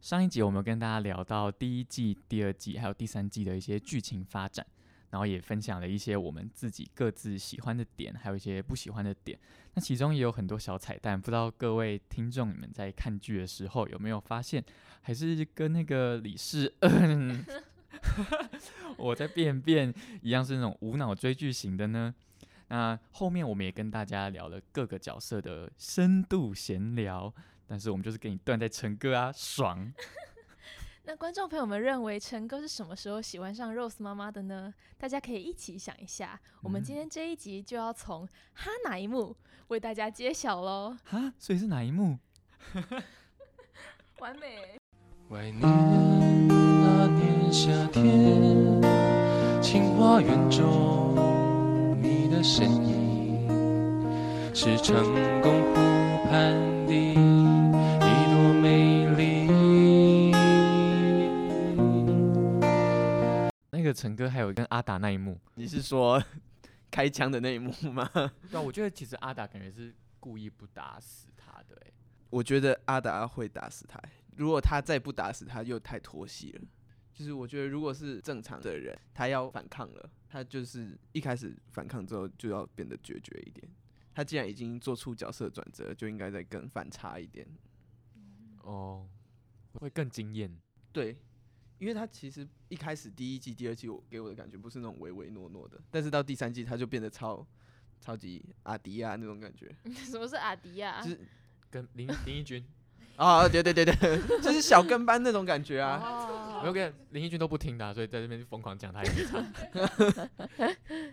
上一集我们跟大家聊到第一季、第二季还有第三季的一些剧情发展，然后也分享了一些我们自己各自喜欢的点，还有一些不喜欢的点。那其中也有很多小彩蛋，不知道各位听众你们在看剧的时候有没有发现，还是跟那个李世恩 我在便便一样是那种无脑追剧型的呢？那后面我们也跟大家聊了各个角色的深度闲聊，但是我们就是给你断在陈哥啊，爽！那观众朋友们认为陈哥是什么时候喜欢上 Rose 妈妈的呢？大家可以一起想一下。我们今嗯天这一集就要从哈哪一幕为大家揭晓喽，哈，所以是哪一幕？完美。怀念那年夏天，清华园中你的身影，是成功湖畔的一朵美丽。那个陈哥还有跟阿达那一幕，你是说 开枪的那一幕吗？ 对、啊，我觉得其实阿达感觉是故意不打死他的、欸，我觉得阿达会打死他，如果他再不打死他，又太拖戏了。就是我觉得，如果是正常的人，他要反抗了，他就是一开始反抗之后就要变得决绝一点。他既然已经做出角色转折，就应该再更反差一点。哦，会更惊艳。对，因为他其实一开始第一季、第二季我给我的感觉不是那种唯唯诺诺的，但是到第三季他就变得超超级阿迪啊那种感觉， 什么是阿迪啊亚、就是跟林林奕君，啊、对对对 对，就是小跟班那种感觉啊。哦哦我有跟林奕君都不听的啊、所以在这边疯狂讲他也没差。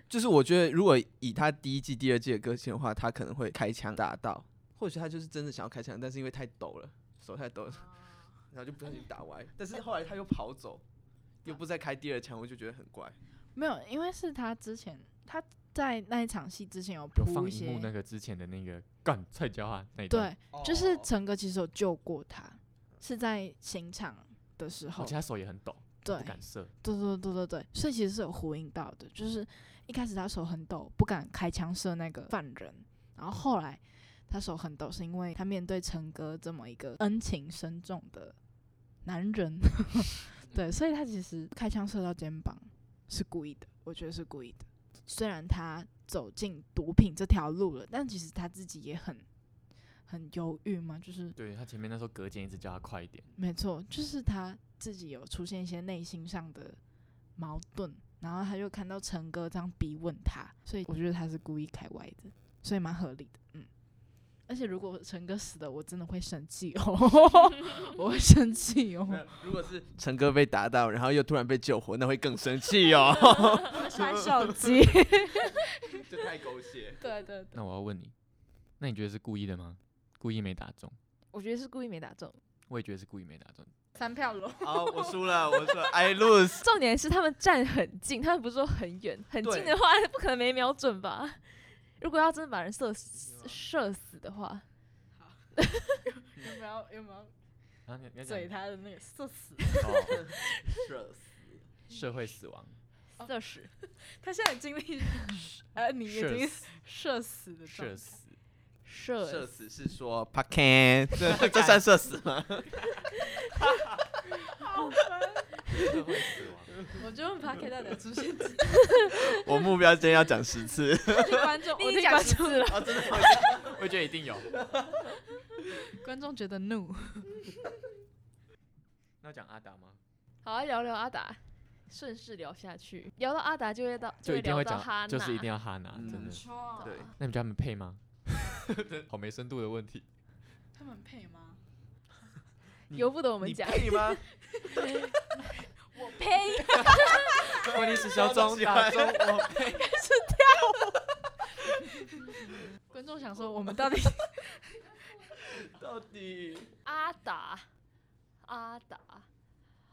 就是我觉得，如果以他第一季、第二季的个性的话，他可能会开枪打到，或许他就是真的想要开枪，但是因为太抖了，手太抖了，然后就不小心打歪。但是后来他又跑走，又不再开第二枪，我就觉得很怪。没有，因为是他之前他在那一场戏之前有 有铺放一荧幕些，那个之前的那个干蔡娇啊那一段，对，哦 就是陈哥其实有救过他，是在刑场的时而候且，他手也很抖，对不，敢射。对对对对对，所以其实是有呼应到的，就是一开始他手很抖，不敢开枪射那个犯人，然后后来他手很抖，是因为他面对陈哥这么一个恩情深重的男人， 对，所以他其实开枪射到肩膀是故意的，我觉得是故意的。虽然他走进毒品这条路了，但其实他自己也很很犹豫嘛，就是对他前面那时候隔间一直叫他快一点，没错，就是他自己有出现一些内心上的矛盾，然后他就看到陈哥这样逼问他，所以我觉得他是故意开歪的，所以蛮合理的，嗯。而且如果陈哥死了，我真的会生气哦， 我会生气哦。如果是 陈哥被打到，然后又突然被救活，那会更生气 哦， 摔手机，这太狗血。 对对对，那我要问你，那你觉得是故意的吗？故意没打中，我觉得是故意没打中。我也觉得是故意没打中。三票龙。好，我输了，我说 I lose。重点是他们站很近，他们不是说很远，很近的话不可能没瞄准吧？如果要真的把人射啊死射死的话，有没有有没有啊，你你要嘴讲他的那个射死？哦，社会死亡，哦射死他现在经历，呃，你已社经死射死的状社态。死，社射死是说 p a c a n 这这算社死吗？社 会死亡。我觉得 p a 到 底出现几我目标今天要讲十次。 个观众，我已听经讲观十众次了，啊，真的吗？我觉得一定有。 观众觉得怒。那讲阿达吗？好啊，聊聊阿达，顺势聊下去，聊到阿达就会到就会一定聊到哈讲，就是一娜定要哈娜，嗯真的。哦对，那你觉得他们配 吗？好没深度的问题。他们配吗？由不得我们你讲，配 吗？我呸，问题是小啊钟打中我配。 观众想说我们到底 到底阿达，阿达，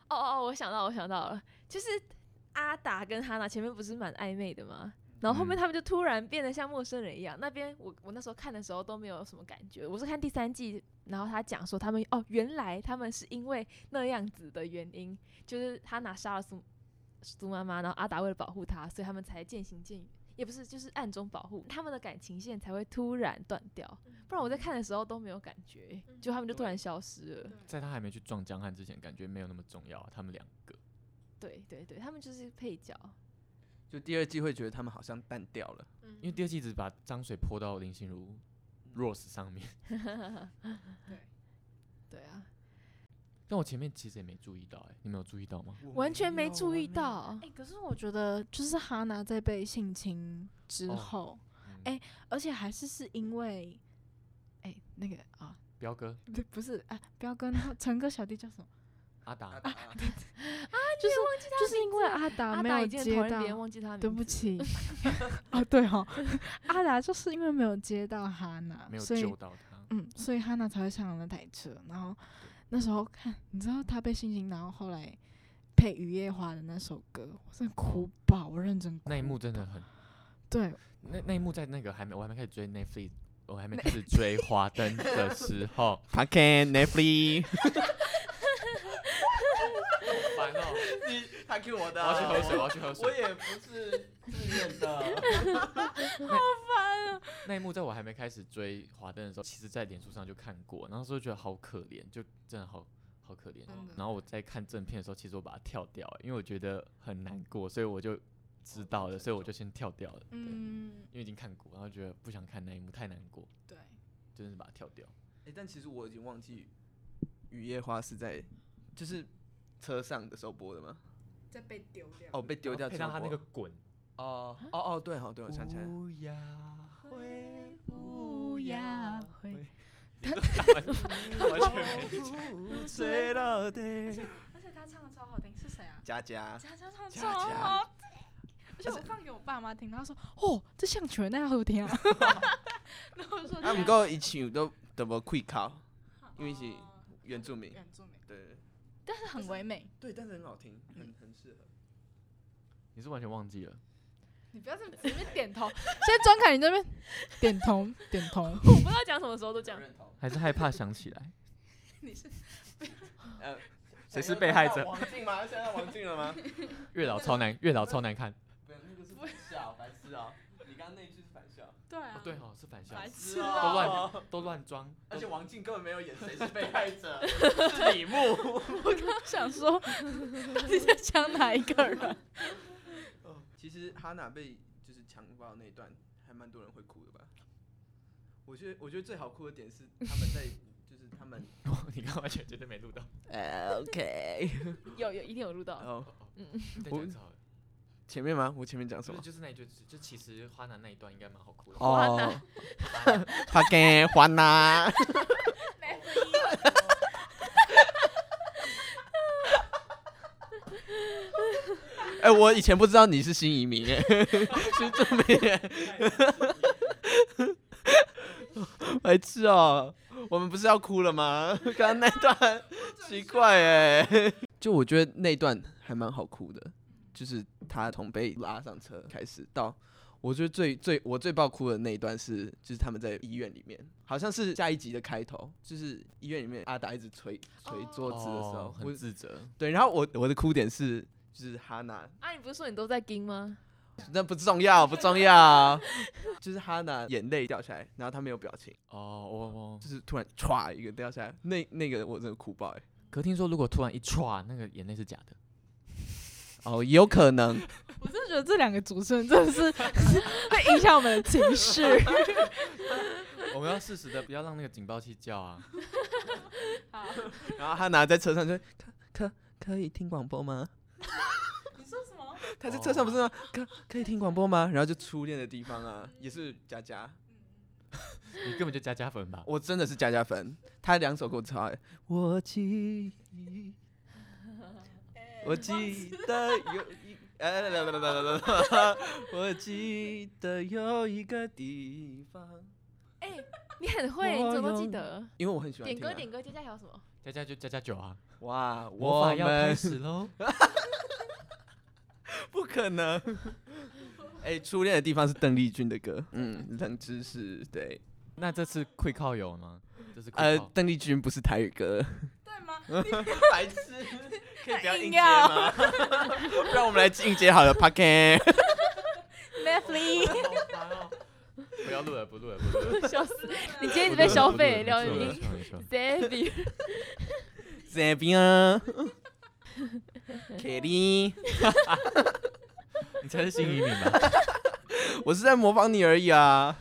哦哦，哦，我想到，我想到了，就是阿达跟哈娜前面不是蛮暧昧的吗？然后后面嗯他们就突然变得像陌生人一样。那边我我那时候看的时候都没有什么感觉，我是看第三季，然后他讲说他们哦，原来他们是因为那样子的原因，就是哈娜杀了苏苏妈妈，然后阿达为了保护她，所以他们才渐行渐也不是就是暗中保护他们的感情线才会突然断掉，不然我在看的时候都没有感觉，嗯就他们就突然消失了。在他还没去撞江汉之前，感觉没有那么重要啊、他们两个，对对对，他们就是配角。就第二季会觉得他们好像淡掉了，嗯因为第二季只把脏水泼到林心如 Rose 上面， 对啊，但我前面其实也没注意到、欸，哎，你们有注意到吗？完全没注意。到哎、。可是我觉得，就是哈娜在被性侵之哦后，嗯哎而且还是是因为，哎、那个啊，彪哥不不是啊，彪哥那陈哥小弟叫什么？阿达，就是哎就是因为阿达啊阿没达有已经很讨接厌别人到，忘记他的名字对不， 起，哦对哦，阿达就是因为没有接到哈娜没，有所以救到他，嗯，所以哈娜才会上了那台车。然后那时候看，你知道她被性侵，然后后来配雨夜花的那首歌，我真的哭爆，我认真哭。那一幕真的很，对，那那一幕在那个还没我还没开始追 Netflix，我还没开始追 华灯的时候， p a k e n Netflix，烦哦，你他 Q 我我的啊要去喝水，我要去喝水。也不是自愿 的。那一幕在我还没开始追华灯的时候，其实在脸书上就看过，然后时候觉得好可怜，就真的好好可怜哦真的。然后我在看正片的时候，其实我把它跳掉欸了，因为我觉得很难过，所以我就哦知道了，所以我就先跳掉了。对，因嗯，为已经看过，然后觉得不想看那一幕，太难过，对，真是把它跳掉。哎，但其实我已经忘记雨夜花是在就是车上的时候播的吗？再被丢掉哦，被丢掉配之后上他那个播滚，哦哦哦，对好对，我想起来了。不要回，乌鸦会。完全没醉了的而且他唱的超好听，是谁啊？佳佳，佳佳唱得佳超佳好听，而且我放给我爸妈听，他说：“哦，这像全那好 听啊。”然后我说：“啊，对不过以前都都无会考，啊因为是哦原住民，原住民，对嗯但是很唯美。对，但是很好听，很很适合。你是完全忘记了，你不要这么直接点头。所以庄凯你这边点头点 头，我不知道讲什么时候都讲。认同。还是害怕想起来？你是 呃，谁是被害者王静吗？现在王静了 吗？月老超难，月老超难看。不，那个是反校，白痴哦。你刚刚那一句是反校，对啊哦，对哦，是反校，白是都哦痴啊！乱都乱装，而且王静根本没有演谁是被害者， 是李牧。想说到底在讲哪一个人？其实哈娜被就是强暴那一段，还蛮多人会哭的吧？我觉得，我觉得最好哭的点是他们在，就是他们。 你刚完全绝对没录到。呃，OK。有有一定有录到， 哦， 再我讲一次好了前面吗？我前面讲什就么是？就是那一句，就其实花男那一段应该蛮好哭的。花娜，哦他给花娜。哎、我以前不知道你是新移民、哎，是这么白痴哦、我们不是要哭了吗？刚刚那 段奇怪哎、就我觉得那段还蛮好哭的，就是他从被拉上车开始到。我觉得最最我最爆哭的那一段是，就是他们在医院里面，好像是下一集的开头，就是医院里面阿达一直捶捶桌子的时候，哦很我自责。对，然后我我的哭点是，就是哈娜，啊，你不是说你都在盯吗？那不重要，不重要， 就是哈娜眼泪掉下来，然后她没有表情， 哦，我我就是突然歘一个掉下来，那那个我真的哭爆哎、可听说如果突然一歘，那个眼泪是假的。哦，有可能，我真的觉得这两个主持人真的是 会影响我们的情绪。我们要适时的不要让那个警报器叫啊。 好， 然后哈娜在车上就可可可以听广播吗？ 你说什么？她在车上不是吗？可可以听广播吗？然后就初恋的地方啊，也是佳佳，你根本就加加粉吧。我真的是佳佳粉，她两首歌我超爱，我记忆。我记得有一，哎，来来来来来来，我记得有一个地方，你很会，你我怎么都记有得。因为我很喜欢点听、歌啊。点歌，接下来还有什么？加加就加加酒啊。哇，魔我法要开们始喽。不可能。 哎、初恋的地方是邓丽君的歌，嗯，冷知识，对，那这次会靠友呢？这是呃呃，，邓丽君不是台语歌，对吗？ 白痴， 可以不要硬应接 要吗？让我们来应接好了 p a k Netflix， 要录了，不录了，不录了。笑死！你今天一直被消费，聊没你错没错。 Zabi，这边啊 k e 你才是新移民吧？我是在模仿你而已啊。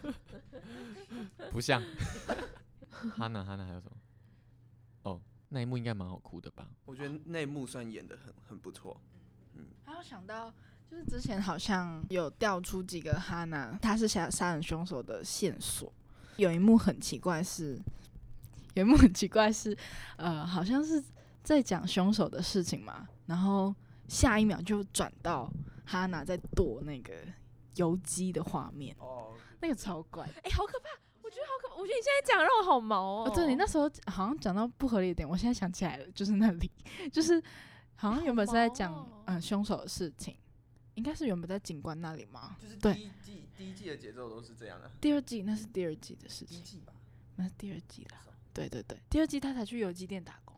不像。哈娜哈娜还有什么？哦，那一幕应该蛮好哭的吧？我觉得内幕算演的很很不错，还有想到，就是之前好像有调出几个哈娜，他是杀杀人凶手的线索。有一幕很奇怪是，有一幕很奇怪是，呃，好像是在讲凶手的事情嘛，然后下一秒就转到哈娜在剁那个油鸡的画面，哦，那个超怪的。 哎，好可怕！我觉得好可怕！我觉得你现在讲让我好毛哦哦。，对你那时候好像讲到不合理的点，我现在想起来了，就是那里，就是好像原本是在讲好毛哦嗯、呃凶手的事情，应该是原本在警官那里吗？就是对第一季第一季的节奏都是这样的、啊，第二季那是第二季的事第一情，季吧。那是第二季啦。对对对，第二季他才去游击店打工。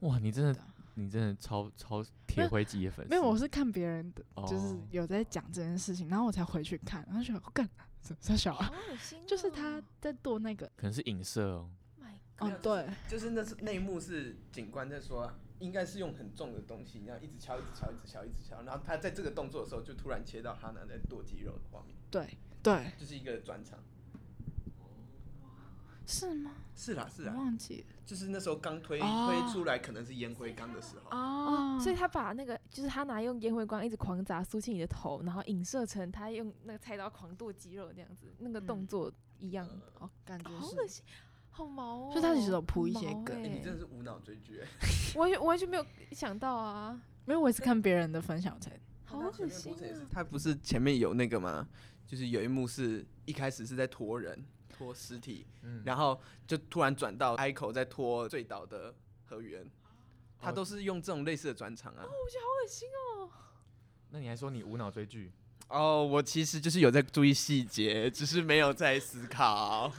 哇，你真的对啊，你真的超超没铁有灰级的粉丝。没有，我是看别人的，就是哦有在讲这件事情，然后我才回去看，然后就想，哦干什么小啊？好恶心哦， 就是他在剁那个，可能是影射哦。 My God。哦，对，就是那是内幕是警官在说、啊应该是用很重的东西，然后一直敲，一直敲，一直敲，一直敲，然后他在这个动作的时候，就突然切到哈娜在剁肌肉的画面，对，对，就是一个转场。是吗？是啦，是啊我啦，忘记了就是那时候刚推、哦推出来，可能是烟灰缸的时候。哦哦，所以他把那个就是他拿用烟灰缸一直狂砸苏庆怡的头，然后影射成他用那个菜刀狂剁肌肉那样子，那个动嗯作一样，哦，感觉呃好是恶，心，好毛哦。所以他其实有铺一些很毛梗哎、欸你真的是无脑追剧、欸，我完全我完全没有想到啊，没有，我也是看别人的分享才，好恶心啊！他不是前面有那个吗？就是有一幕是一开始是在拖人拖尸体，嗯然后就突然转到 Ico 在拖醉倒的河源，他都是用这种类似的转场啊。好恶心哦！那你还说你无脑追剧？哦，我其实就是有在注意细节，只是没有在思 考。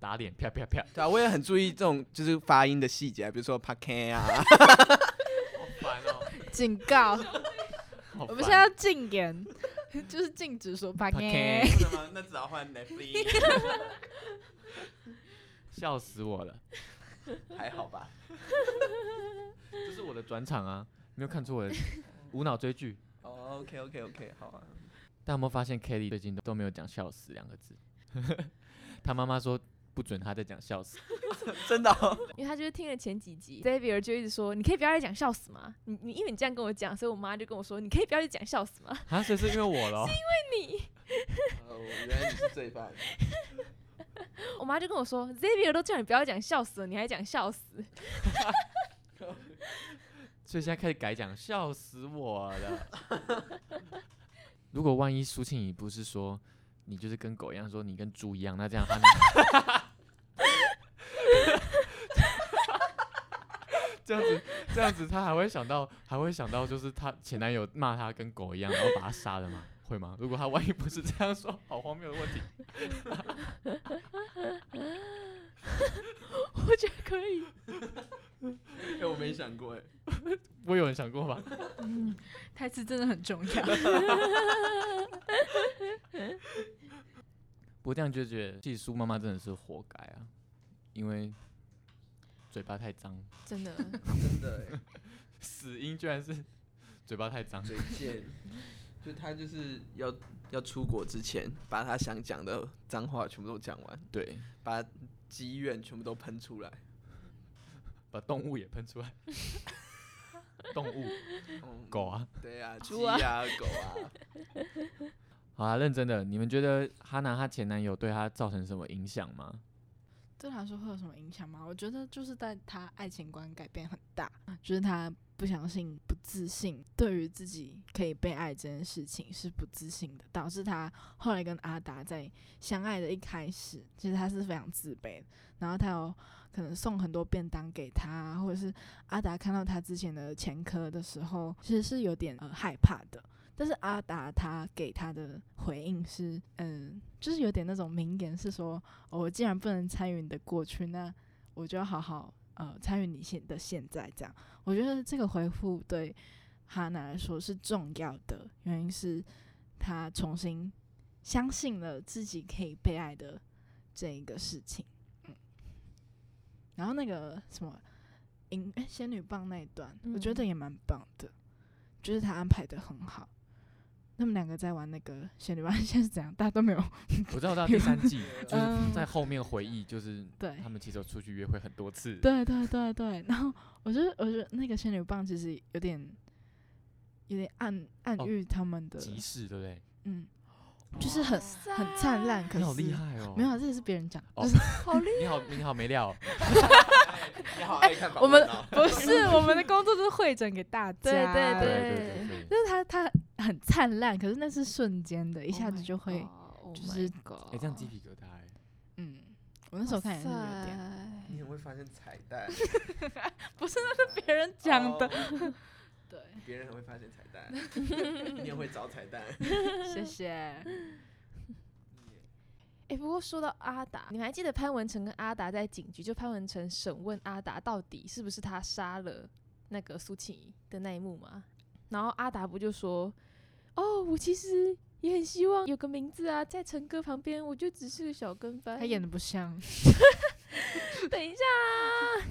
打脸，啪啪啪，对啊，我也很注意这种就是发音的细节啊，比如说 p a k 啊。好烦哦。警告，好我们烦现在要禁言， 就是禁止说 p a Podcast 给。那只好换 Netflix，笑死我了，还好吧？这是我的转场啊，没有看出我的无脑追剧。哦、o k OK OK，好啊。大家有没有发现 Kelly 最近都都没有讲“笑死”两个字？ 他妈妈说不准他再讲“笑死 真的哦、因为他就是听了前几集，Xavier 就一直说，你可以不要再讲笑死吗？你你因为你这样跟我讲，所以我妈就跟我说，你可以不要再讲笑死吗？”，啊，所以是因为我咯。哦，原来你是罪 犯。我妈就跟我说，Xavier 都叫你不要讲笑死了，你还讲笑死， 哎所以现在开始改讲，笑死我了。 如果万一苏庆怡不是说你就是跟狗一样，说你跟猪一样，那这样他呢？ 这样子，这样子，他还会想到，还会想到，就是她前男友骂她跟狗一样，然后把她杀了吗？ 会吗？如果他万一不是这样说，好荒谬的问题。我觉得可以。哎、我没想过哎、我有人想过吧？ 台词真的很重要。不过这样就觉得，其实苏妈妈真的是活该啊，因为嘴巴太脏，真的，真的、欸。死因居然是嘴巴太脏。嘴贱，就他就是要要出国之前，把他想讲的脏话全部都讲完，对，把积怨全部都喷出来。把动物也喷出来。 动物，嗯，狗啊！对啊，鸡猪啊啊，狗啊， 好啊，认真的，你们觉得哈娜她前男友对她造成什么影响吗？对他来说会有什么影响吗？我觉得就是在他爱情观改变很大，就是他不相信、不自信，对于自己可以被爱这件事情是不自信的，导致他后来跟阿达在相爱的一开始，其实他是非常自卑的。然后他有可能送很多便当给他，啊或者是阿达看到他之前的前科的时候，其实是有点呃害怕的。但是阿达他给他的回应是，嗯，就是有点那种名言是说，哦，我既然不能参与你的过去，那我就要好好呃参与你现的现在。这样，我觉得这个回复对哈娜来说是重要的，原因是她重新相信了自己可以被爱的这一个事情。嗯，然后那个什么银诶仙女棒那一段，我觉嗯得也蛮棒的，就是他安排的很好。他们两个在玩那个仙女棒， 现在是怎样？大家都没有我知道到第三季，就是 嗯在后面回忆，就是对他们其实有出去约会很多次，对对对对，然后我觉得，我觉得那个仙女棒其实有点，有点暗暗哦喻他们的，集市，对不对？嗯，就是很很哇灿烂，可你是好厉害哦！没有啊，这个是别人讲，哦就是好厉你好，你好没 料哦，你好爱看我们不是我们的工作就是会诊给大家，对对对对对对。就是他他很灿烂，可是那是瞬间的，一一下子就会，，Oh 就是哎，这样鸡皮疙瘩哎，嗯，我那时候看也是有点， 你很会发现彩蛋，不是那是别人讲哦的，对，哦别人很会发现彩蛋，你很会找彩蛋。谢谢，哎、不过说到阿达，你们还记得潘文成跟阿达在警局，就潘文成审问阿达到底是不是他杀了那个苏庆怡的那一幕吗？然后阿达不就说：“哦，我其实也很希望有个名字啊，在陈哥旁边，我就只是个小跟班。”他演的不像，等一下啊，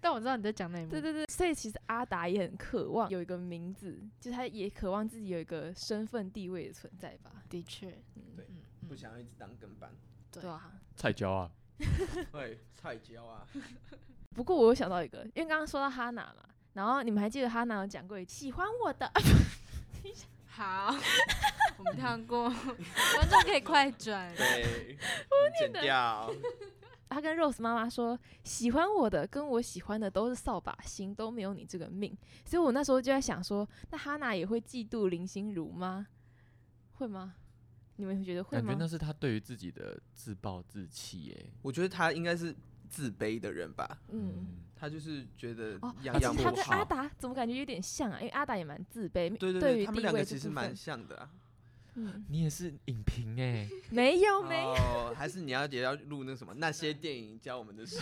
但我知道你在讲嗯哪一幕，对对对，所以其实阿达也很渴望有一个名字，就是他也渴望自己有一个身份地位的存在吧。的确，嗯对，嗯，不想要一直当跟班，对对啊。菜椒啊，会菜椒 啊，不过我有想到一个，因为刚刚说到哈娜嘛，然后你们还记得哈娜有讲过一喜欢我的， 好，我们跳过，观众可以快转。对，剪掉。他跟 Rose 妈妈说，喜欢我的跟我喜欢的都是扫把星，都没有你这个命。所以我那时候就在想说，那哈娜也会嫉妒林心如吗？会吗？你们觉得会感觉吗那？是他对于自己的自暴自弃哎。我觉得他应该是自卑的人吧，嗯，嗯，他就是觉得哦，样而且样他不跟好阿。达怎么感觉有点像啊？因为阿达也蛮自卑，对对于对，地他位们两个这其实部蛮分像的啊。嗯，你也是影评 哎，没有没有，哦，还是你要也要录那什么那些电影教我 们的事。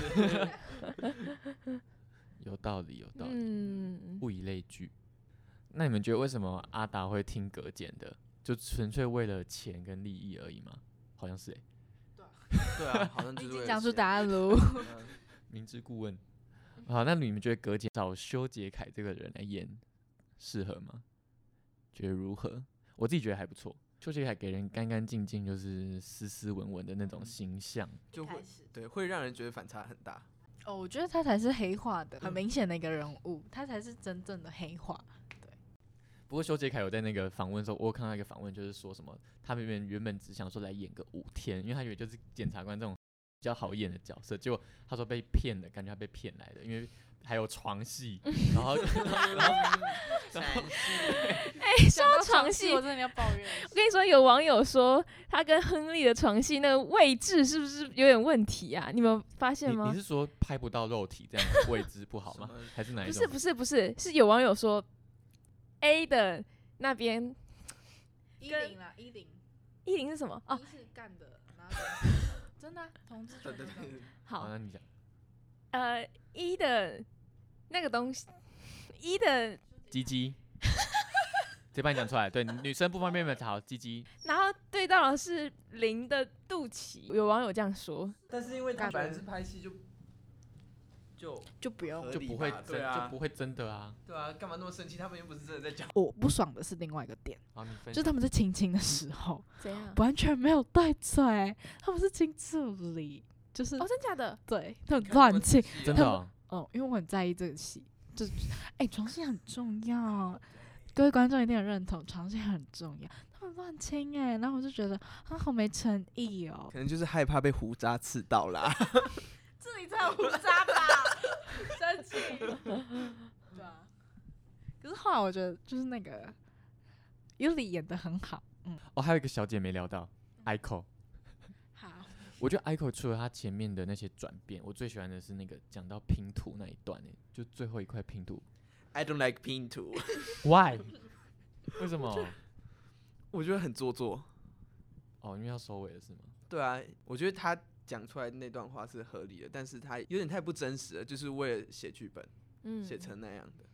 有道理有道理，嗯，物以类聚。那你们觉得为什么阿达会听葛简的？就纯粹为了钱跟利益而已吗？好像是哎，对啊，好像就已是为经了讲出钱答案喽。嗯明知故问。好，那你们觉得葛姐找修杰楷这个人来演适合吗？觉得如何？我自己觉得还不错。修杰楷给人干干净净，就是斯斯文文的那种形象。 就会对会让人觉得反差很 大。 哦，我觉得他才是黑化的，很明显的一个人物，他才是真正的黑化。不过修杰楷有在那个访问的时候，我有看到一个访问，就是说什么他原本原本只想说来演个五天，因为他以为就是检察官这种比较好演的角色，结果他说被骗了，感觉他被骗来的，因为还有床戏，然后想到床戏我真的要抱怨一我下。跟你说，有网友说他跟亨利的床戏那个位置是不是有点问题啊？你们有发现你吗你？是说拍不到肉体这样的位置不好吗什 么？还是哪一不种是？不是不是，是有网友说 A 的那边一跟零啦，一零一零是什么？哦，一是干的，然后 真的啊同志对对全都 干对，好，好，啊那你讲。呃，一的那个东西，一的，鸡鸡，直接把你讲出来。对，女生不方便没有好，鸡鸡。然后对到的是零的肚脐。有网友这样说，但是因为他感觉本来是拍戏就就就不用合就理不会吧对真、啊，就不会真的啊。对啊，干嘛那么生气？他们又不是真的在 讲。我不爽的是另外一个点，好，你分就是他们在亲亲的时候怎样？完全没有对嘴，他们是亲这里，就是、哦，真假的？ 对，很乱亲。真的他哦、哦，因为我很在意这个戏，就哎、床戏很重要，各位观众一定很认同，床戏很重要。他们乱亲哎，然后我就觉得他好没诚意哦。可能就是害怕被胡渣刺到啦。这里才有胡渣吧？生气。 对啊。可是后来我觉得，就是那个尤里演的很好，嗯，哦，还有一个小姐没聊到，Ico。好，我觉得 Ico 除了他前面的那些转变，我最喜欢的是那个讲到拼图那一段、欸，就最后一块拼图 I don't like 拼图， ，Why？为什么？ 我觉得很做作。哦，因为要收尾了是吗？对啊，我觉得他讲出来那段话是合理的，但是他有点太不真实了，就是为了写剧本嗯写成那样的。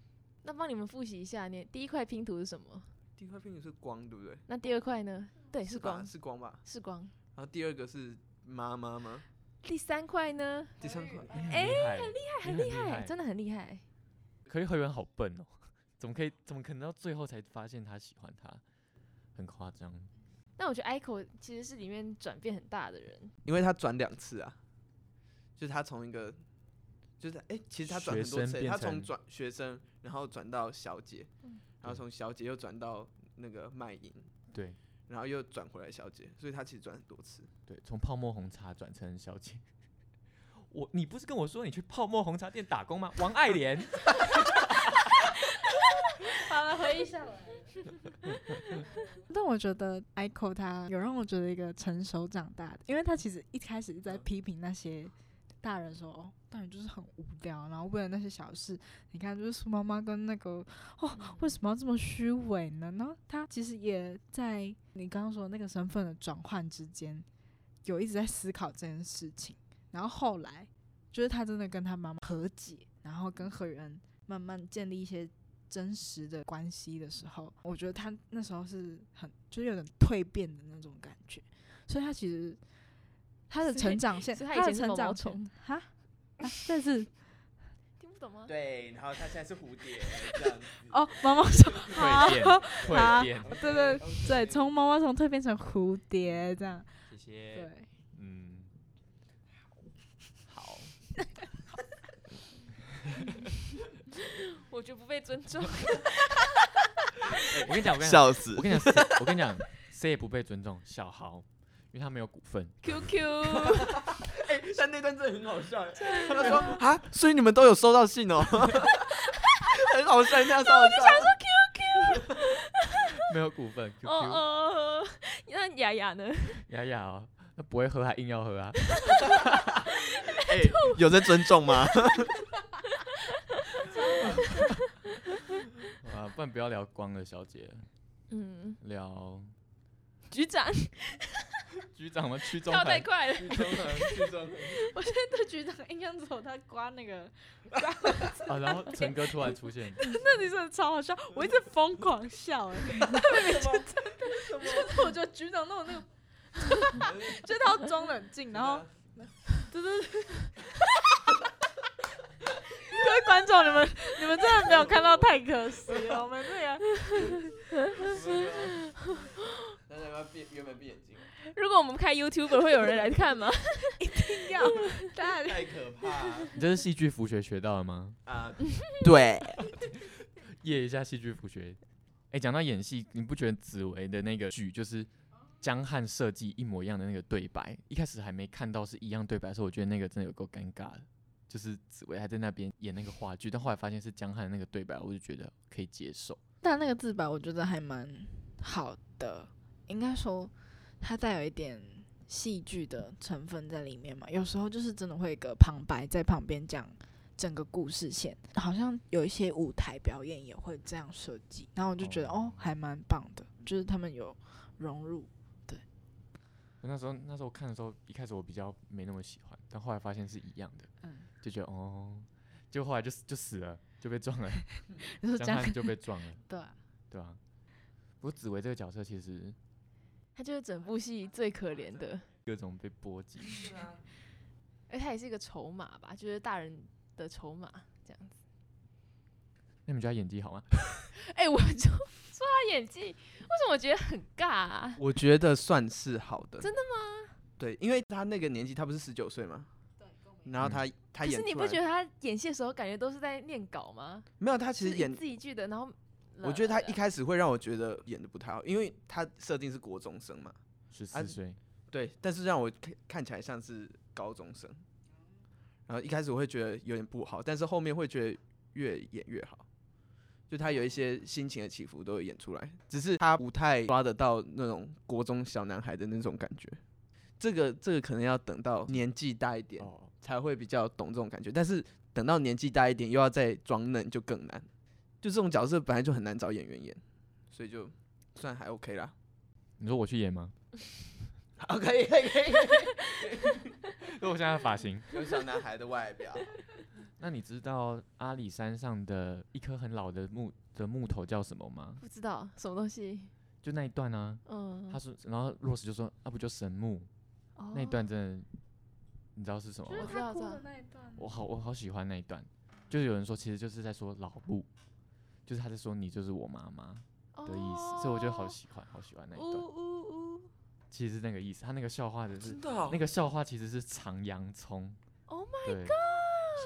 那帮你们复习一下，你第一块拼图是什么？第一块拼图是光，对不对？那第二块呢？对，是吧光，是光吧？是光。然后第二个是妈妈吗？第三块呢？第三块哎，很厉害，很你厉害，害真的很厉害。可是何源好笨哦， 怎么可以？怎么可能到最后才发现他喜欢他？很夸张。那我觉得 Aiko 其实是里面转变很大的人，因为他转两次啊，就是他从一个，就是哎、诶其实他转学很多生次欸、变他从成转学生，然后转到小姐，嗯然后对从小姐又转到那个卖淫，对然后又转回来小姐，所以他其实转很多次。对，从泡沫红茶转成小姐。 我，你不是跟我说你去泡沫红茶店打工吗？王爱 莲，好了，回忆下来。 但我觉得 Ico 他有让我觉得一个成熟长大的，因为他其实一开始一直在批评那些大人说，哦，大人就是很无聊，然后为了那些小事，你看就是苏妈妈跟那个哦，为什么要这么虚伪呢？然后他其实也在你刚刚说的那个身份的转换之间，有一直在思考这件事情。然后后来就是他真的跟他妈妈和解，然后跟何源慢慢建立一些真实的关系的时候，我觉得他那时候是很就是有点蜕变的那种感觉，所以他其实他的所以成长 线，所以他以的前是成毛毛长虫线哈，啊这是听不懂吗？对，然后他现在是蝴蝶这样子。哦毛毛虫，蜕变，蜕好变，对对对，从毛毛虫蜕变成蝴蝶这样，谢谢。对，嗯，好，我觉得不被尊重。哎我跟你讲，我跟你讲，笑死我！跟你讲，谁我 跟你讲，谁也不被尊重，小豪，因为他没有股份。 QQ，哎、但那段真的很好笑欸，他说啊，所以你们都有收到信哦， 很好笑，那样超好笑。没有股份 哦，QQ 哦，那雅雅呢？雅雅哦，那不会喝还硬要喝啊？哎、嗯有在尊重吗？啊，不然不要聊光了，小姐，嗯，聊局长局长吗？ 区中跳太恒，快了，区中恒，区中 我现在对局长印象只有他刮那个，恒啊，然后陈哥突然出现， 那你真的超好笑，我一直疯狂笑哎、欸，就是我觉得局长那种那个，就是他要装冷静，然啊后对对对。各位观众，你们你们真的没有看到，太可惜了。我们这个那要不要闭原本闭眼睛？ 如果我们开 YouTube，会有人来看吗？ 要大家太可怕啊你这是戏剧服学学到了吗？啊！对，夜一下戏剧复学。哎、讲到演戏，你不觉得紫薇的那个剧就是江汉设计一模一样的那个对白？一开始还没看到是一样对白的时候，我觉得那个真的有够尴尬的。就是紫薇还在那边演那个话剧，但后来发现是江汉那个对白，我就觉得可以接受。但那个字吧，我觉得还蛮好的，应该说它带有一点戏剧的成分在里面嘛。有时候就是真的会有一个旁白在旁边讲整个故事线，好像有一些舞台表演也会这样设计，然后我就觉得哦哦还蛮棒的，就是他们有融入。那时候那时候看的时候，一开始我比较没那么喜欢，但后来发现是一样的，嗯，就觉得哦，就后来就就死了，就被 撞了，就是这江样汉就被撞了，对啊对啊。不过紫薇这个角色其实他就是整部戏最可怜的，各种被波及，而他也是一个筹码吧，就是大人的筹码这样子。那你们觉得她演技好吗？哎、我就说他演技，为什么我觉得很尬啊？我觉得算是好的。真的吗？对，因为他那个年纪，他不是十九岁吗？对。然后他、他可演出是来，你不觉得他演戏的时候感觉都是在念稿吗？没有？他就其是实一演，字一句的，然后呃我觉得他一开开始会让我觉得演的不太好，因为他设定是国中生嘛， 十啊四岁，对，但是让我看看起来像是高中生。然后一开始我会觉得有点不好，但是后面会觉得越演越好，就他有一些心情的起伏都有演出来，只是他不太抓得到那种国中小男孩的那种感觉。这个这个可能要等到年纪大一点哦，才会比较懂这种感觉，但是等到年纪大一点又要再装嫩就更难。就这种角色本来就很难找演员演，所以就算还 OK 啦。你说我去演吗？好，可以可以可以。 那我现在的发型， 有小男孩的外表。那你知道阿里山上的一棵很老的木的木头叫什么吗？不知道什么东西，就那一段呢、嗯，哦他说，然后洛石就说，那、不就神木？那一段真的，你知道是什哦么就是吗？知道他哭知道的那一段。我好，我好喜欢那一段。就是有人说，其实就是在说老布，就是他在说你就是我妈妈哦的意思，所以我就好喜欢，好喜欢那一呜段。呜呜其实是那个意思，他那个笑话的是真的哦、那个笑话其实是藏洋葱。 ，Oh 对 my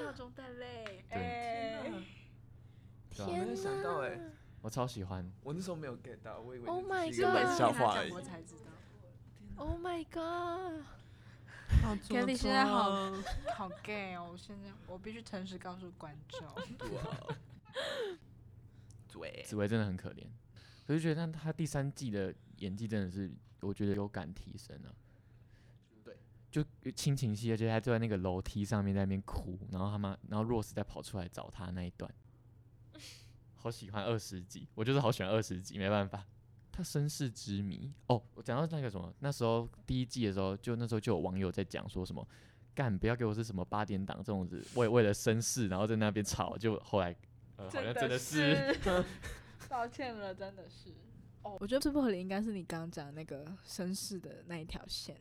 笑中带泪，对哎、对 god！啊我没天有想到哎、我超喜欢。我那时候没有 get 到，我以为 Oh 那只是 my 一个 god 冷笑话而已我。才知道。 ，Oh my god！凯莉现在好好 gay 哦！我现在我必须诚实告诉观众，哇对， 紫薇真的很可怜，我就觉得他第三季的演技真的是，我觉得有感提升啊。对，就亲情戏，而且他坐在那个楼梯上面在那边哭，然后他妈，然后 Rose 再跑出来找他那一 段，好喜欢二十集，我就是好喜欢二十集，没办法。他身世之谜哦，我讲到那个什么，那时候第一季的时候，就那时候就有网友在讲说什么，干不要给我是什么八点档这种子，为为了身世，然后在那边吵，就后来呃好像真的是。 抱歉了，真的是。哦我觉得最不合理应该是你刚刚讲的那个绅士的那一条线，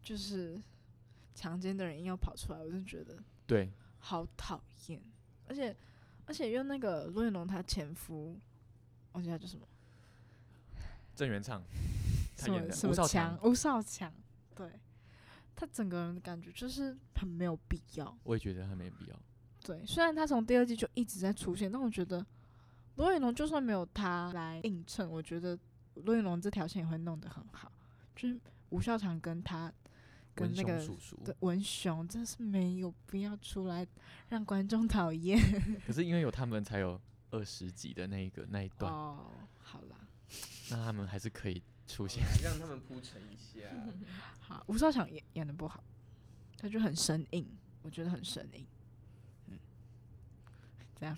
就是强奸的人硬要跑出来，我就觉得对，好讨厌。而且而且用那个陆彦龙他前夫，忘记他叫什么郑元 畅，他什演么的什吴么少强强，吴少强，对他整个人的感觉就是很没有必要。我也觉得他没必要。对，虽然他从第二季就一直在出现，但我觉得罗云龙就算没有他来映衬，我觉得罗云龙这条线也会弄得很好。就是吴孝强跟他跟文那雄个叔叔，对文雄，真是没有必要出来让观众讨厌。可是因为有他们才有二十集的那一个那一段，哦，好啦，那他们还是可以出 现。让他们铺陈一 下。好，吴少强演演的不好，他就很生硬，我觉得很生硬。嗯，这样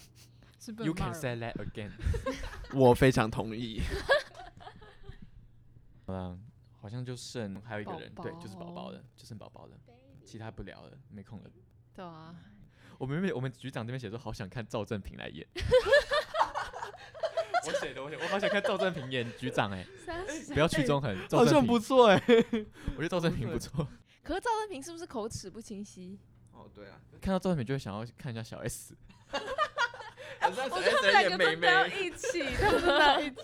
是不 You 能骂 can say 人 that again 我非常同意。好啦，好像就剩还有一个宝人，对，就是宝宝宝了，就剩宝宝了，其他不聊了，没空了。对啊，我们原本我们局长这边写说，好想看赵正平来 演。我写的，我写，我好想看赵正平演局长 哎、三十不要去中横，赵好正像平不，错哎、我觉得赵正平不不错。可是赵正平是不是口齿不清晰？哦，对啊，看到赵正平就会想要看一下小 S，好像小我觉得他们两个真的要一起，他啊们真的要一 起。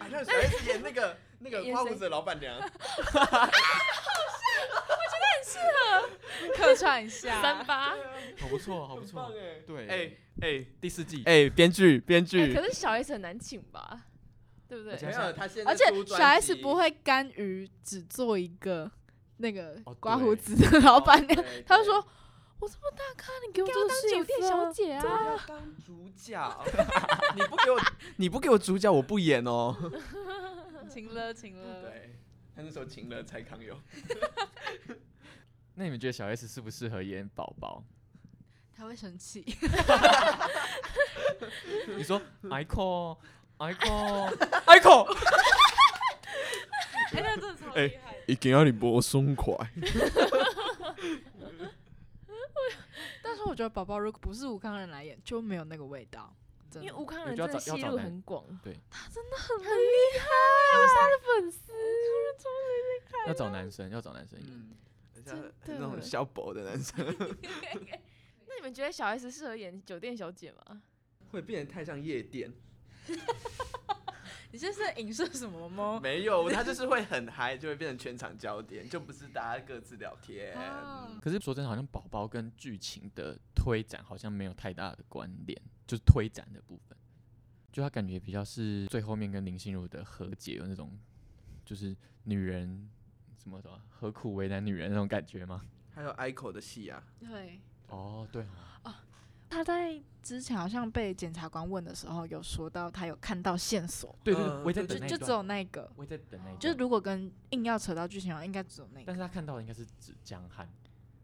好像小 S 哎演那个那个演花胡谁子的老板娘， 客串一下。三啊八。 好不错，好不 很错棒。哎。对，哎哎第四季，哎，编剧编哎剧可，是小 S 很难请吧？对不对？且没有他现在而且出专小 S 辑不会甘于只做一个那个哦刮对胡子的老板娘，哦对她对就说：“我这么大咖，你给我做酒店小姐，姐啊，我要当主角， 你不给我你不给我主角，我不演哦。请了，请 了。对，他那时候请了蔡康永，那你们觉得小 S 适不适合演宝宝？她会生气。你 说 Michael。Michael Michael，哎，那真的超厉害的。一定要你播松快。但是我觉得宝宝如果不是吴康仁来演，就没有那个味道。真因为的，吴康仁就要真的找要戏找路男很广，对，他真的很厉害，我是他的粉丝，要找男生，要找男生演。嗯，真那种的小薄的男生那你们觉得小 S 适合演酒店小姐吗？会变得太像夜店，你这是在影射什么吗？没有，他就是会很嗨，就会变成全场焦点，就不是大家各自聊天。啊哦可是说真的，好像宝宝跟剧情的推展好像没有太大的关联，就是推展的部分，就他感觉比较是最后面跟林心如的和解，有那种就是女人什么什么何苦为难女人那种感觉吗？还有 Ico 的戏啊，对，哦，对哦，她在之前好像被检察官问的时候，有说到她有看到线索，对对，对嗯我也在就等那一就呃就只段，有那个。我也在等那一就是段。如果跟硬要扯到剧情的话，应该只有那个。但是他看到的应该是指江汉，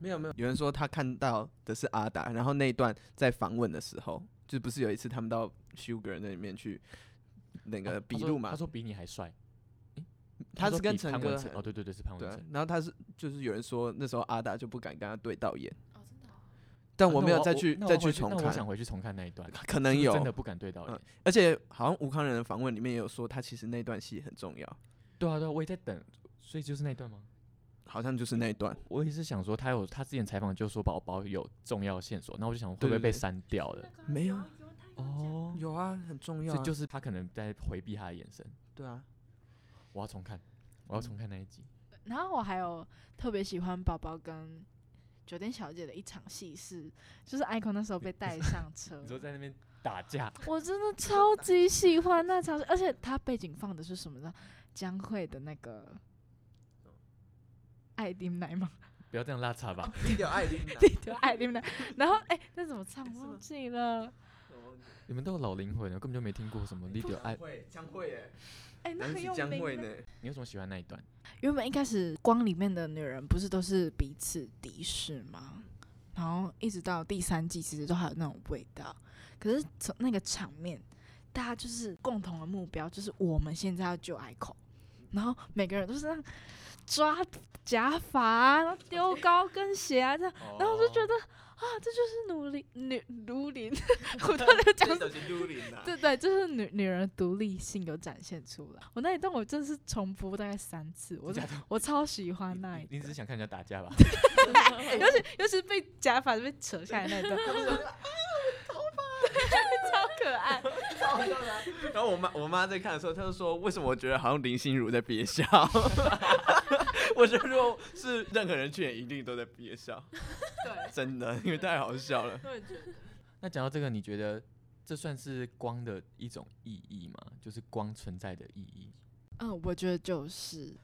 没有没有，有人说他看到的是阿达，然后那一段在访问的时候，就不是有一次他们到 Sugar 那里面去那哦个他笔说录嘛他，说比你还帅，他是说跟比陈潘文哥成哦，对对对，是潘对文啊成，，然后他是就是有人说那时候阿达就不敢跟他对导演，哦，真的，但啊我那没有要再我去那我再要去回重那我想看，回去重看那一段，可是能不是有真的不敢对到眼嗯。而且好像吴康仁的访问里面也有说，他其实那段戏很重要，对啊，对啊，我也在等，所以就是那一段吗？好像就是那一段。我也是想说，他有他之前采访就说宝宝有重要线索，那我就想会对不会对被对删掉了？没有哦，有啊，很重要这啊、就是他可能在回避他的眼神。对 啊，我要重看，我要重看那一集。然后我还有特别喜欢宝宝跟酒店小姐的一场戏是，就是 Ico 那时候被带上 车你，说在那边打架，我 真的超级喜欢那场戏，而且它背景放的是什么呢？江蕙的那个嗯爱丁 奶吗？ 不要这样拉碴吧？低调爱琳啊对对，爱丁奶。然后哎、那怎么唱忘记了？你们都有老灵魂了，根本就没听过什么 Lidio 爱。会江蕙耶，哎、那男很子有江名蕙的。 呢？你为什么喜欢那一段？原本一开始光里面的女人不是都是彼此敌视吗？然后一直到第三季，其实都还有那种味道。可是从那个场面，大家就是共同的目标，就是我们现在要救 Ico，然后每个人都是这样抓假发啊，然后丢高跟鞋啊，这样，然后我就觉得啊，这就是努力女奴隶， 我都在讲是幽灵啊对对，就是女女人的独立性有展现出来。我那一段我真的是重播大概三次，我假真我超喜欢你那一 你你只段是，想看人家打架吧？尤其尤其是被假发被扯下来那一段，超可爱。然后我妈我妈在看的时候，她就说：“为什么我觉得好像林心如在憋笑？” 我就说：“是任何人去演一定都在憋笑，对，真的，因为太好笑了。我也觉得那讲到这个，你觉得这算是光的一种意义吗？就是光存在的意义。 嗯，我觉得就是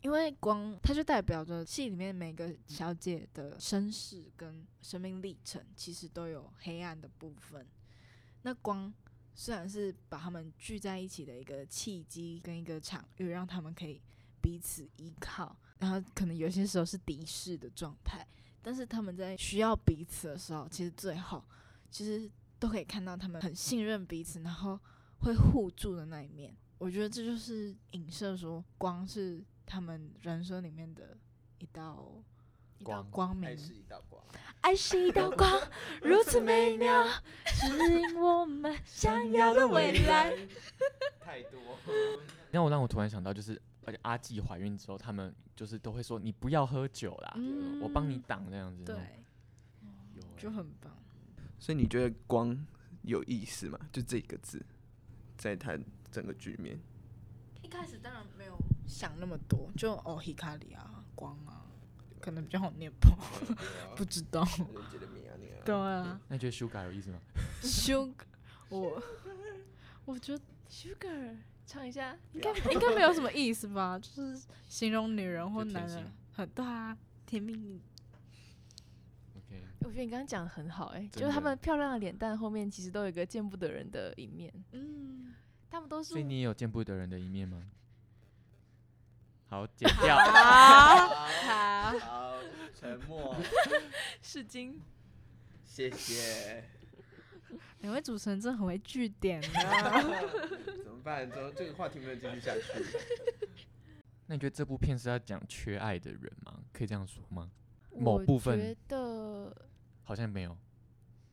因为光，它就代表着戏里面每个小姐的身世跟生命历程，其实都有黑暗的部分。那光虽然是把他们聚在一起的一个契机跟一个场域，让他们可以彼此依靠，然后可能有些时候是敌视的状态，但是他们在需要彼此的时候，其实最后其实都可以看到他们很信任彼此，然后会互助的那一面。我觉得这就是影射说，光是他们人生里面的一道一道光光明，一道光，爱是一道光， 如此美妙，指引我们想要的未来。 太多。让我让我突然想到，就是而且阿纪怀孕之后，他们就是都会说你不要喝酒啦，嗯我帮你挡这样子。对，哦有欸就很棒。所以你觉得“光”有意思吗？就这个字，在它整个局面，一开始当然没有想那么多，就哦，希卡里啊，光啊，可能比较好念吧，哦啊不知道。对啊 那你觉得 Sugar 有意思吗？ ，Sugar，我我觉得 Sugar 唱一下，应该应该没有什么意思吧，就是形容女人或就男甜人心很对啊，甜蜜蜜。 OK，我觉得你刚刚讲的很好、哎，真就是他的们漂亮的脸蛋后面其实都有一个见不得人的一面，嗯，他们都是所以你也有见不得人的一面吗？好，剪 掉。好，好，沉默，是金，谢 谢。两位主持人真的很会据点啊呢。 怎么办？怎么这个话题没有继续下去？那你觉得这部片是要讲缺爱的人吗？可以这样说吗？某部分我觉得好像没有。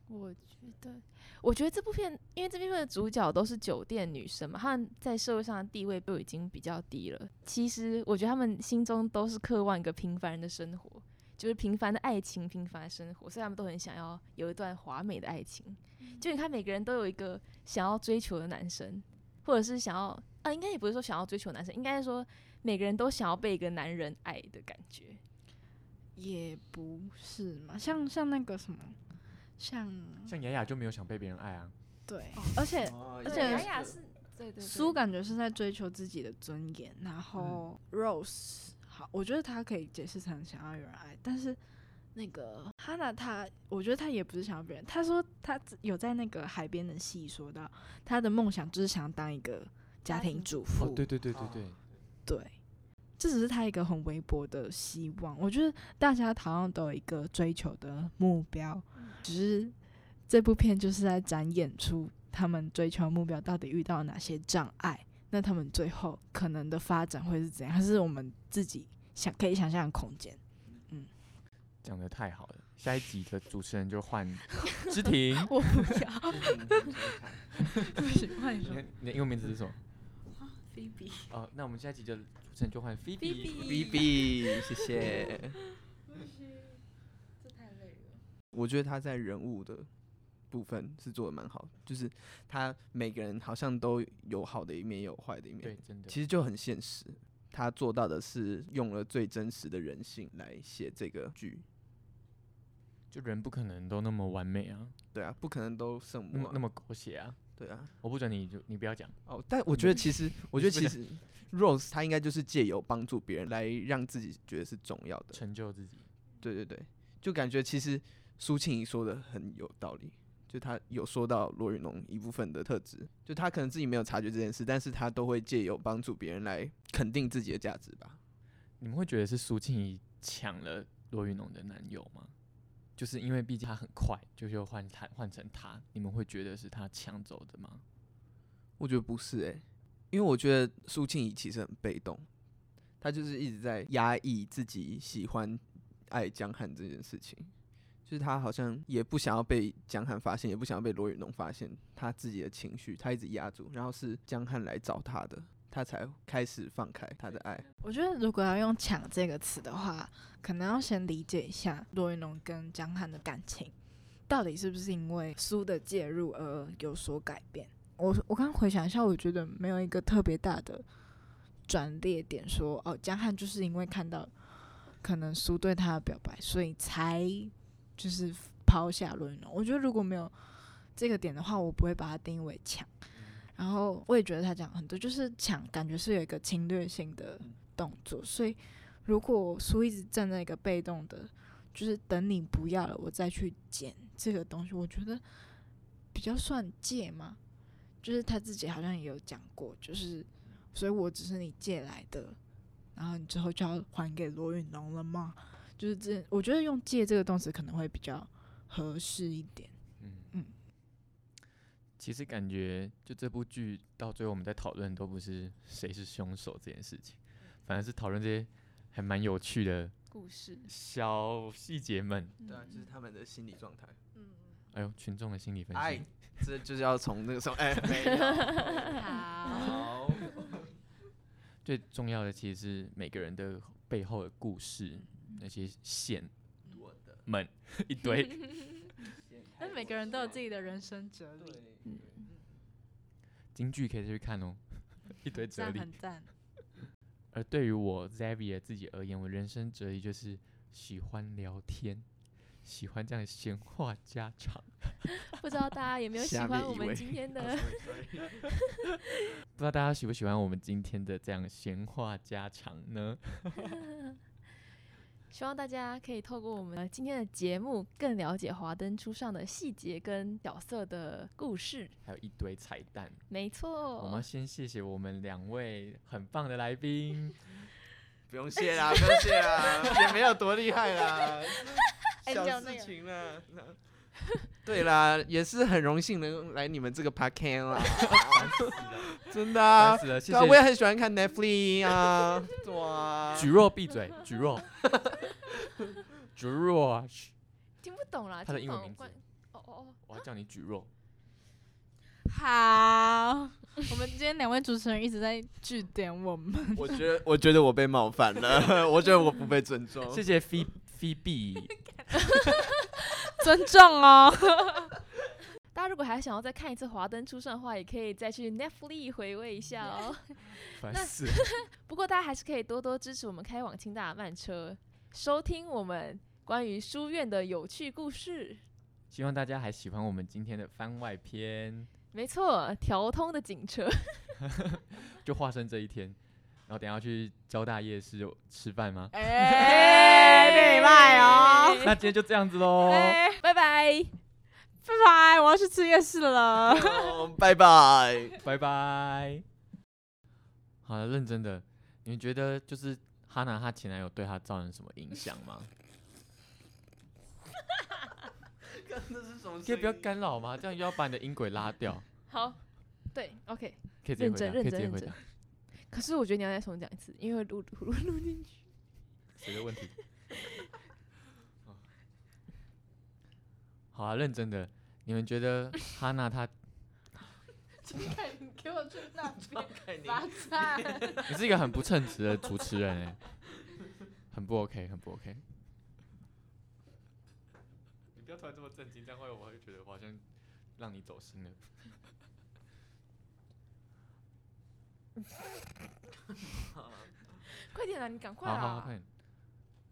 我觉得，我觉得这部片，因为这部片的主角都是酒店女生嘛，她们在社会上的地位都已经比较低了。其实，我觉得她们心中都是渴望一个平凡人的生活，就是平凡的爱情、平凡的生活，所以她们都很想要有一段华美的爱情。就你看，每个人都有一个想要追求的男生，或者是想要啊，应该也不是说想要追求男生，应该是说每个人都想要被一个男人爱的感觉。也不是嘛，像像那个什么，像像雅雅就没有想被别人爱啊。对，而且哦而且雅雅是，对对对，苏感觉是在追求自己的尊严，然后 Rose 好，我觉得他可以解释成想要有人爱，但是那个哈娜她，我觉得她也不是想要别人，她说她只有在那个海边的戏说到，她的梦想就是想要当一个家家庭庭主妇，对对对对哦对，对，这只是他一个很微薄的希望。我觉得大家好像都有一个追求的目标，只是这部片就是在展演出他们追求的目标到底遇到哪些障碍，那他们最后可能的发展会是怎样，还是我们自己想可以想象的空间。讲的太好了，下一集的主持人就换知婷，我不要，不行，换一首你你的英文名字是什么？菲比。哦，那我们下一集的主持人就换菲比。 B B，谢谢。 我觉得他在人物的部分是做的蛮好的，就是他每个人好像都有好的一面，也有坏的一面。对，真的。其实就很现实。他做到的是用了最真实的人性来写这个剧，就人不可能都那么完美啊，对啊，不可能都圣那母、么啊，那么狗血啊！对啊。我不准你就你不要讲，哦，但我觉得其实，我觉得你是其不实 Rose 她应该就是借由帮助别人来让自己觉得是重要的。成就自己。对对对，就感觉其实苏庆怡说的很有道理，就她有说到罗云龙一部分的特质，就她可能自己没有察觉这件事，但是她都会借由帮助别人来肯定自己的价值吧。你们会觉得是苏庆怡抢了罗云龙的男友吗？就是因为毕竟他很快，就是又换他换成他，你们会觉得是他抢走的吗？我觉得不是诶、欸因为我觉得苏庆怡其实很被动，她就是一直在压抑自己喜欢爱江汉这件事情，就是她好像也不想要被江汉发现，也不想要被罗宇农发现她自己的情绪，她一直压住，然后是江汉来找她的，她才开始放开她的爱。我觉得如果要用“抢”这个词的话，可能要先理解一下罗云龙跟江汉的感情，到底是不是因为苏的介入而有所改变。我我刚回想一下，我觉得没有一个特别大的转捩点说，哦，江汉就是因为看到可能苏对他的表白，所以才就是抛下罗云龙。我觉得如果没有这个点的话，我不会把它定义为抢。然后我也觉得他讲得很对，就是抢感觉是有一个侵略性的动作，所以如果苏一直站在一个被动的，就是等你不要了我再去捡这个东西，我觉得比较算借吗？就是他自己好像也有讲过，就是所以我只是你借来的，然后你之后就要还给罗允龙了吗？就是这，我觉得用借这个动词可能会比较合适一点。嗯嗯其实感觉就这部剧到最后我们在讨论都不是谁是凶手这件事情，反而是讨论这些还蛮有趣的故事。小细节们。对啊，就是他们的心理状态。哎呦，群众的心理分哎析。，这就是要从那个时候哎，没有好，好最重要的其实是每个人的背后的故事，那些线我的们 一堆。 但每个人都有自己的人生哲理，对。京剧可以去看哦， 一堆哲赞理。很赞。而对于我 Xavier 自己而言，我人生哲理就是喜欢聊天，喜欢这样闲话家常。不知道大家有没有喜下面欢我一们位今天的不知道大家喜不喜欢我们今天的这样闲话家常呢？ 希望大家可以透过我们今天的节目，更了解《华灯初上》的细节跟角色的故事。还有一堆彩蛋。没我们要哦错，先谢谢我们两位很棒的来宾。不用谢啦， 不用谢啦，也没有多厉害啦，哎你小讲那事个情啦。那对啦，也是很荣幸能来你们这个 podcast 啦， 真的啊烦，死了，谢对啊，我也谢。很喜欢看 Netflix 啊， 对啊，举弱闭嘴，举 弱，举弱啊，嘘听不懂啦，他的听英不文懂名字关，哦哦哦，我要叫你举弱。好， 我们今天两位主持人一直在据点我们，我觉得我觉得我被冒犯了， 我觉得我不被尊重谢谢 Phoe- Phoebe。 尊重哦。大家如果还想要再看一次《华灯初上》的话，也可以再去 Netflix 回味一下 哦。烦那死了！不过大家还是可以多多支持我们开往清大的慢车，收听我们关于书院的有趣故事。希望大家还喜欢我们今天的番外篇，没错，调通的警车。就化身这一天。然后等一下要去交大夜市吃饭吗？ 哎，被卖哦，那今天就这样子喽，哎，拜拜。拜哦拜，我要去吃夜市了。哦 拜拜。拜拜。好了，认真的，你们觉得就是哈娜她前男友对她造成什么影响吗？可以不要干扰吗？这样又要把你的音轨拉掉。好，对，OK。可以直接回答，认真可以直认接真回认答。可是我觉得你要再重讲一次，因为录录录录进去。谁的问题？好啊，认真的，你们觉得哈 娜她，你给我去那边看罚站。你是一个很不称职的主持人哎、很不 OK，很不 OK。你不要突然这么震惊，这样会我会觉得我好像让你走心了。快点啦，你赶啊快好好好，啦快！点，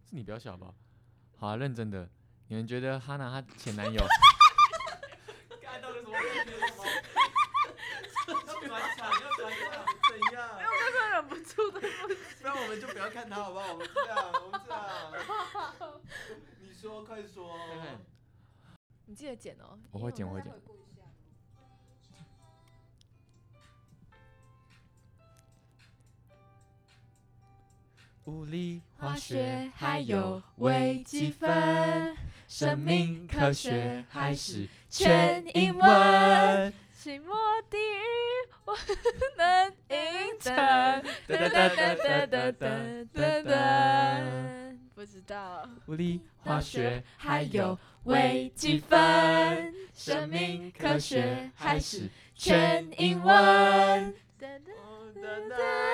是你不要笑好不好？好、啊，认真的，你们觉得哈娜她前男友看到了什么？要转 场，要转场，怎样？真的忍不住的，不然我们就不要看他好不好？我们这样，我们这样。你说，快 说。你记得剪哦。我会剪，我会剪。无力化学还有微积分，生命科学还是全英文。期末第一，我能赢得。哒哒哒哒哒哒哒哒。不知道。物理、化学还有微积分，生命科学还是全英文。哒哒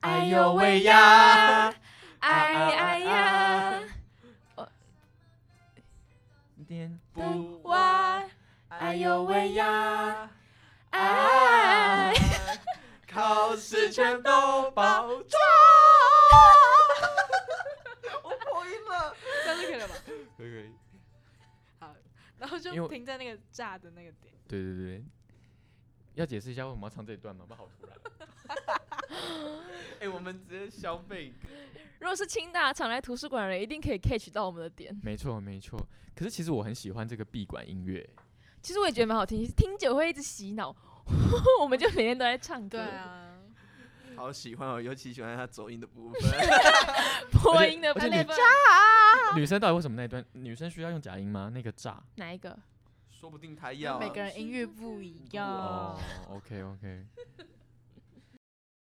哎呦喂呀！哎哎呀，点不哇，哎呦喂 呀！哎！考试全都爆炸！我破音了。 这样就可以了吧？可以可以。然后因为就停在那个炸的那个点。对对对，要解释一下为什么要唱这一段吗？不好突然。 哎，我们直接消费。如果是清大常来图书馆的人，一定可以 catch 到我们的点。没错没错，可是其实我很喜欢这个闭馆音乐。其实我也觉得蛮好听，听久会一直洗脑， 我们就每天都在唱歌，对啊，好喜欢哦，尤其喜欢他走音的部分。播音的而且版你本。啊女生到底为什么那一段？女生需要用假音吗？那个炸。哪一个？说不定他要啊每个人音域不一哦样， ，OK OK，